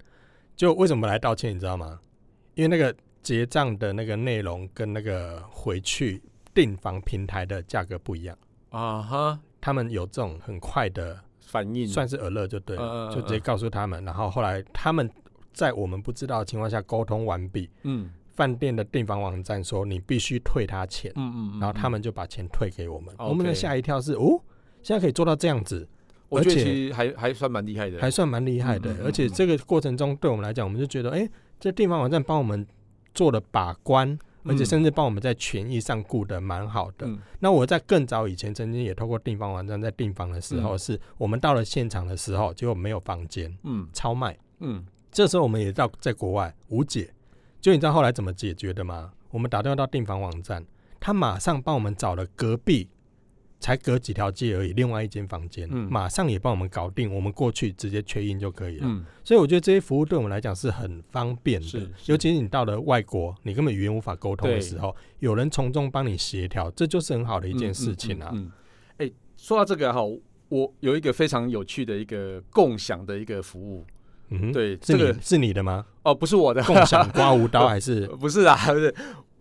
[SPEAKER 1] 就为什么来道歉，你知道吗？因为那个结账的那个内容跟那个回去订房平台的价格不一样，
[SPEAKER 2] 啊哈，
[SPEAKER 1] 他们有这种很快的，
[SPEAKER 2] 反应
[SPEAKER 1] 算是耳乐就对
[SPEAKER 2] 嗯嗯
[SPEAKER 1] 了，
[SPEAKER 2] 嗯
[SPEAKER 1] 就直接告诉他们。然后后来他们在我们不知道的情况下沟通完毕，
[SPEAKER 2] 嗯
[SPEAKER 1] 饭店的订房网站说你必须退他钱
[SPEAKER 2] 嗯，嗯嗯，
[SPEAKER 1] 然后他们就把钱退给我们。
[SPEAKER 2] OK
[SPEAKER 1] 我们的吓一跳是哦，现在可以做到这样子，
[SPEAKER 2] 我觉
[SPEAKER 1] 而
[SPEAKER 2] 得
[SPEAKER 1] 且
[SPEAKER 2] 其实还还算蛮厉害的，
[SPEAKER 1] 还算蛮厉害的。
[SPEAKER 2] 嗯嗯嗯
[SPEAKER 1] 而且这个过程中，对我们来讲，我们就觉得，哎、这地方网站帮我们做了把关，而且甚至帮我们在权益上顾得蛮好的。
[SPEAKER 2] 嗯
[SPEAKER 1] 那我在更早以前，曾经也透过订房网站在订房的时候，
[SPEAKER 2] 嗯
[SPEAKER 1] 是我们到了现场的时候，结果没有房间，
[SPEAKER 2] 嗯
[SPEAKER 1] 超卖。
[SPEAKER 2] 嗯
[SPEAKER 1] 这时候我们也到在国外无解，就你知道后来怎么解决的吗？我们打电话到订房网站，他马上帮我们找了隔壁。才隔几条街而已，另外一间房间、
[SPEAKER 2] 嗯
[SPEAKER 1] 马上也帮我们搞定，我们过去直接确认就可以了。
[SPEAKER 2] 嗯
[SPEAKER 1] 所以我觉得这些服务对我们来讲是很方便
[SPEAKER 2] 是
[SPEAKER 1] 的，
[SPEAKER 2] 是
[SPEAKER 1] 尤其是你到了外国，你根本语言无法沟通的时候，有人从中帮你协调，这就是很好的一件事情啊。
[SPEAKER 2] 嗯，哎、嗯诶说到这个哈、我有一个非常有趣的一个共享的一个服务
[SPEAKER 1] 嗯哼，
[SPEAKER 2] 对
[SPEAKER 1] 是你、
[SPEAKER 2] 这个嗯
[SPEAKER 1] 是你的吗？
[SPEAKER 2] 哦，不是我的，
[SPEAKER 1] 共享刮胡刀还 是
[SPEAKER 2] 不是啦，不是。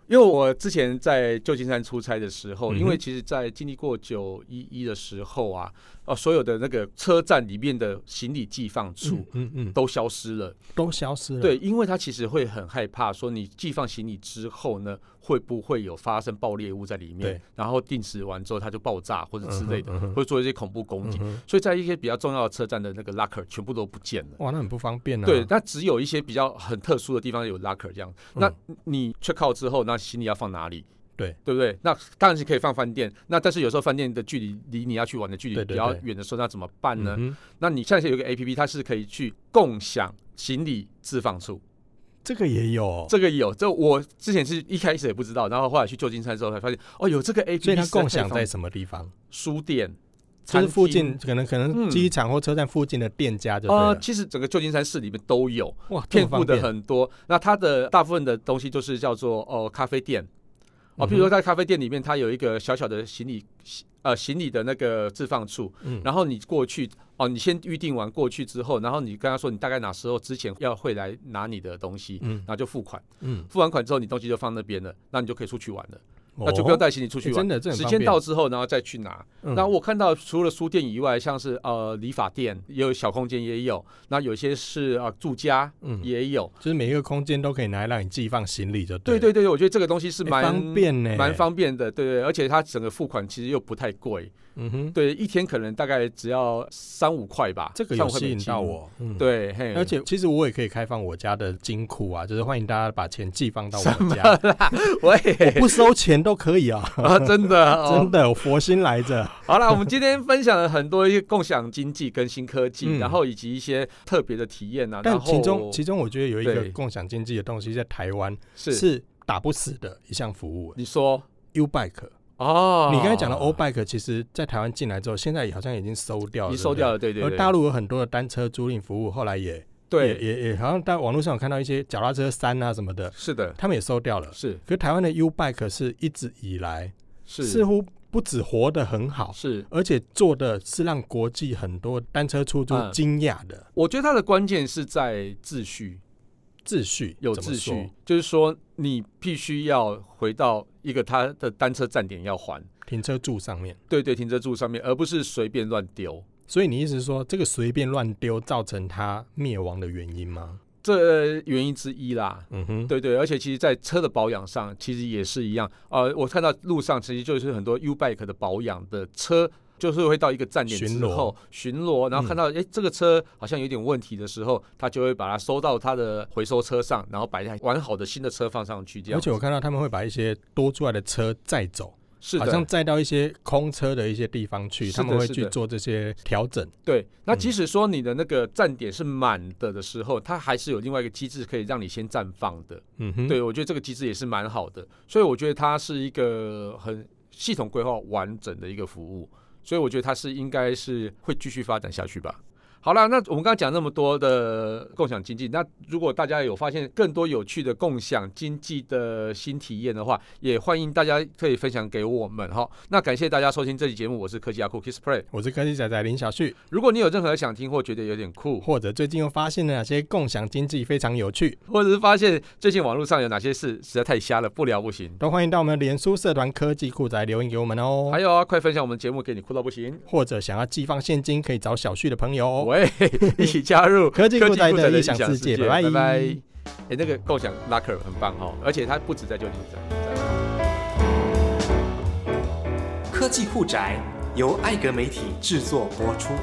[SPEAKER 2] 因为我之前在旧金山出差的时候，
[SPEAKER 1] 嗯哼
[SPEAKER 2] 因为其实，在经历过九一一的时候啊，哦、所有的那个车站里面的行李寄放处
[SPEAKER 1] 嗯嗯嗯，
[SPEAKER 2] 都消失了。
[SPEAKER 1] 都消失了。，
[SPEAKER 2] 对，因为他其实会很害怕，说你寄放行李之后呢，会不会有发生爆裂物在里面
[SPEAKER 1] 对？
[SPEAKER 2] 然后定时完之后它就爆炸或者之类的，
[SPEAKER 1] 嗯哼嗯哼
[SPEAKER 2] 会做一些恐怖攻击。
[SPEAKER 1] 嗯
[SPEAKER 2] 所以在一些比较重要的车站的那个 locker 全部都不见了。
[SPEAKER 1] 哼，哇，那很不方便啊。
[SPEAKER 2] 对，那只有一些比较很特殊的地方有 locker 这样。那你 check out 之后，那行李要放哪里？
[SPEAKER 1] 嗯对，
[SPEAKER 2] 对不对？那当然是可以放饭店，那但是有时候饭店的距离离你要去玩的距离
[SPEAKER 1] 对对
[SPEAKER 2] 比较
[SPEAKER 1] 对
[SPEAKER 2] 远的时候，那怎么办呢？
[SPEAKER 1] 嗯哼
[SPEAKER 2] 那你现在有一个 A P P，它是可以去共享行李置放处，
[SPEAKER 1] 这个也有哦，
[SPEAKER 2] 这个有，这我之前是一开始也不知道，然后后来去旧金山之后才发现，哦，有这个 A P P，
[SPEAKER 1] 所以它共享在什么地方？
[SPEAKER 2] 书店、
[SPEAKER 1] 就是
[SPEAKER 2] 餐
[SPEAKER 1] 附
[SPEAKER 2] 厅
[SPEAKER 1] 近可能可能
[SPEAKER 2] 嗯
[SPEAKER 1] 机场或车站附近的店家就对
[SPEAKER 2] 啊、
[SPEAKER 1] 了。
[SPEAKER 2] 其实整个旧金山市里面都有，
[SPEAKER 1] 哇，这
[SPEAKER 2] 遍
[SPEAKER 1] 么
[SPEAKER 2] 布
[SPEAKER 1] 方
[SPEAKER 2] 的
[SPEAKER 1] 便，
[SPEAKER 2] 很多。那它的大部分的东西就是叫做哦咖啡店，哦，
[SPEAKER 1] 嗯哼
[SPEAKER 2] 譬如说在咖啡店里面，它有一个小小的行李呃行李的那个置放处，
[SPEAKER 1] 嗯
[SPEAKER 2] 然后你过去哦，你先预定完过去之后，然后你跟他说你大概哪时候之前要会来拿你的东西，
[SPEAKER 1] 嗯
[SPEAKER 2] 然后就付款，
[SPEAKER 1] 嗯，
[SPEAKER 2] 付完款之后你东西就放那边了，那你就可以出去玩了，那就不
[SPEAKER 1] 哦
[SPEAKER 2] 用带行李出去
[SPEAKER 1] 欸真。
[SPEAKER 2] 玩
[SPEAKER 1] 的，这很
[SPEAKER 2] 时
[SPEAKER 1] 方
[SPEAKER 2] 间
[SPEAKER 1] 便
[SPEAKER 2] 到，之后，然后再去拿。
[SPEAKER 1] 嗯
[SPEAKER 2] 那我看到除了书店以外，像是呃理发店也有小空间也有，那有些是啊、呃住家
[SPEAKER 1] 嗯，
[SPEAKER 2] 也有。
[SPEAKER 1] 就是每一个空间都可以拿来让你寄放行李，就
[SPEAKER 2] 对
[SPEAKER 1] 对了
[SPEAKER 2] 对对，我觉得这个东西是
[SPEAKER 1] 欸
[SPEAKER 2] 蛮、
[SPEAKER 1] 方便呢，
[SPEAKER 2] 蛮。方便的，对对，而且它整个付款其实又不太贵，
[SPEAKER 1] 嗯哼，
[SPEAKER 2] 对，一天可能大概只要三五块吧，
[SPEAKER 1] 这个
[SPEAKER 2] 三
[SPEAKER 1] 有
[SPEAKER 2] 五块
[SPEAKER 1] 吸
[SPEAKER 2] 美
[SPEAKER 1] 引
[SPEAKER 2] 金
[SPEAKER 1] 到，我，嗯。
[SPEAKER 2] 对，嘿，
[SPEAKER 1] 而且其实我也可以开放我家的金库啊，就是欢迎大家把钱寄放到我
[SPEAKER 2] 什么
[SPEAKER 1] 家，
[SPEAKER 2] 啦， 喂，
[SPEAKER 1] 不收钱都可以啊，
[SPEAKER 2] 啊，真的，
[SPEAKER 1] 真
[SPEAKER 2] 哦，
[SPEAKER 1] 的，我佛心来 着。
[SPEAKER 2] 好了，我们今天分享了很多一些共享经济跟新科技，
[SPEAKER 1] 嗯
[SPEAKER 2] 然后以及一些特别的体验啊，
[SPEAKER 1] 但
[SPEAKER 2] 然后
[SPEAKER 1] 其中其中我觉得有一个
[SPEAKER 2] 对
[SPEAKER 1] 共享经济的东西在台湾
[SPEAKER 2] 是
[SPEAKER 1] 是打不死的一项服务
[SPEAKER 2] 你说
[SPEAKER 1] ，U Bike。
[SPEAKER 2] 哦，
[SPEAKER 1] 你刚才讲的 O Bike，其实在台湾进来之后，现在好像已经收掉了，
[SPEAKER 2] 你
[SPEAKER 1] 对不
[SPEAKER 2] 收
[SPEAKER 1] 对
[SPEAKER 2] 掉。了，对对
[SPEAKER 1] 而
[SPEAKER 2] 对，
[SPEAKER 1] 大陆有很多的单车租赁服务，后来也也
[SPEAKER 2] 对，
[SPEAKER 1] 也也好像在网络上有看到一些脚踏车三啊什么的，
[SPEAKER 2] 是的，
[SPEAKER 1] 他们也收掉了。
[SPEAKER 2] 是
[SPEAKER 1] 可是台湾的 U Bike 是一直以来似
[SPEAKER 2] 是
[SPEAKER 1] 乎不止活得很好，
[SPEAKER 2] 是，
[SPEAKER 1] 而且做的是让国际很多单车出租
[SPEAKER 2] 嗯
[SPEAKER 1] 惊讶的
[SPEAKER 2] 我觉得它的关键是在秩序。
[SPEAKER 1] 秩序，
[SPEAKER 2] 有
[SPEAKER 1] 怎么
[SPEAKER 2] 秩
[SPEAKER 1] 说
[SPEAKER 2] 序，就是说你必须要回到一个它的单车站点要还，
[SPEAKER 1] 停车柱上面。
[SPEAKER 2] 对对，停车柱上面，而不是随便乱丢。
[SPEAKER 1] 所以你意思是说，这个随便乱丢造成它灭亡的原因吗？
[SPEAKER 2] 这原因之一啦，
[SPEAKER 1] 嗯哼，
[SPEAKER 2] 对对，而且其实，在车的保养上，其实也是一样。呃，我看到路上其实就是很多 U bike 的保养的车，就是会到一个站点
[SPEAKER 1] 巡
[SPEAKER 2] 之
[SPEAKER 1] 逻嗯
[SPEAKER 2] 后巡逻，然后看到哎、诶这个车好像有点问题的时候，他就会把它收到他的回收车上，然后把一台完好的新的车放上去，这样
[SPEAKER 1] 而。且我看到他们会把一些多出来的车载走，
[SPEAKER 2] 是
[SPEAKER 1] 好
[SPEAKER 2] 的
[SPEAKER 1] 像，载到一些空车的一些地方去，
[SPEAKER 2] 是
[SPEAKER 1] 他
[SPEAKER 2] 的
[SPEAKER 1] 们会
[SPEAKER 2] 是
[SPEAKER 1] 去
[SPEAKER 2] 的
[SPEAKER 1] 做这些调整。
[SPEAKER 2] 对。那
[SPEAKER 1] 嗯
[SPEAKER 2] 即使说你的那个站点是满的的时候，它还是有另外一个机制可以让你先绽放的。
[SPEAKER 1] 嗯哼，
[SPEAKER 2] 对，我觉得这个机制也是蛮好的，所以我觉得它是一个很系统规划完整的一个服务，所以我觉得它是应该是会继续发展下去吧。好啦，那我们刚刚讲那么多的共享经济，那如果大家有发现更多有趣的共享经济的新体验的话，也欢迎大家可以分享给我们哈。那感谢大家收听这期节目，我是科技阿酷 Kiss Play。
[SPEAKER 1] 我是科技仔仔林小旭，
[SPEAKER 2] 如果你有任何想听或觉得有点酷，
[SPEAKER 1] 或者最近又发现了哪些共享经济非常有趣，
[SPEAKER 2] 或者是发现最近网络上有哪些事实在太瞎了，不聊不行。
[SPEAKER 1] 都欢迎到我们的脸书社团科技酷宅留言给我们哦
[SPEAKER 2] 还。有啊，快分享我们节目给你酷到不行。
[SPEAKER 1] 或者想要寄放现金，可以找小旭的朋友哦。
[SPEAKER 2] 喂，一起加入
[SPEAKER 1] 科技酷宅的
[SPEAKER 2] 理
[SPEAKER 1] 理想世界，拜
[SPEAKER 2] 拜
[SPEAKER 1] 拜。
[SPEAKER 2] 哎、那个共享 Locker 很棒哦，而且它不止在旧金山。在
[SPEAKER 3] 科技酷宅由艾格媒体制作播出。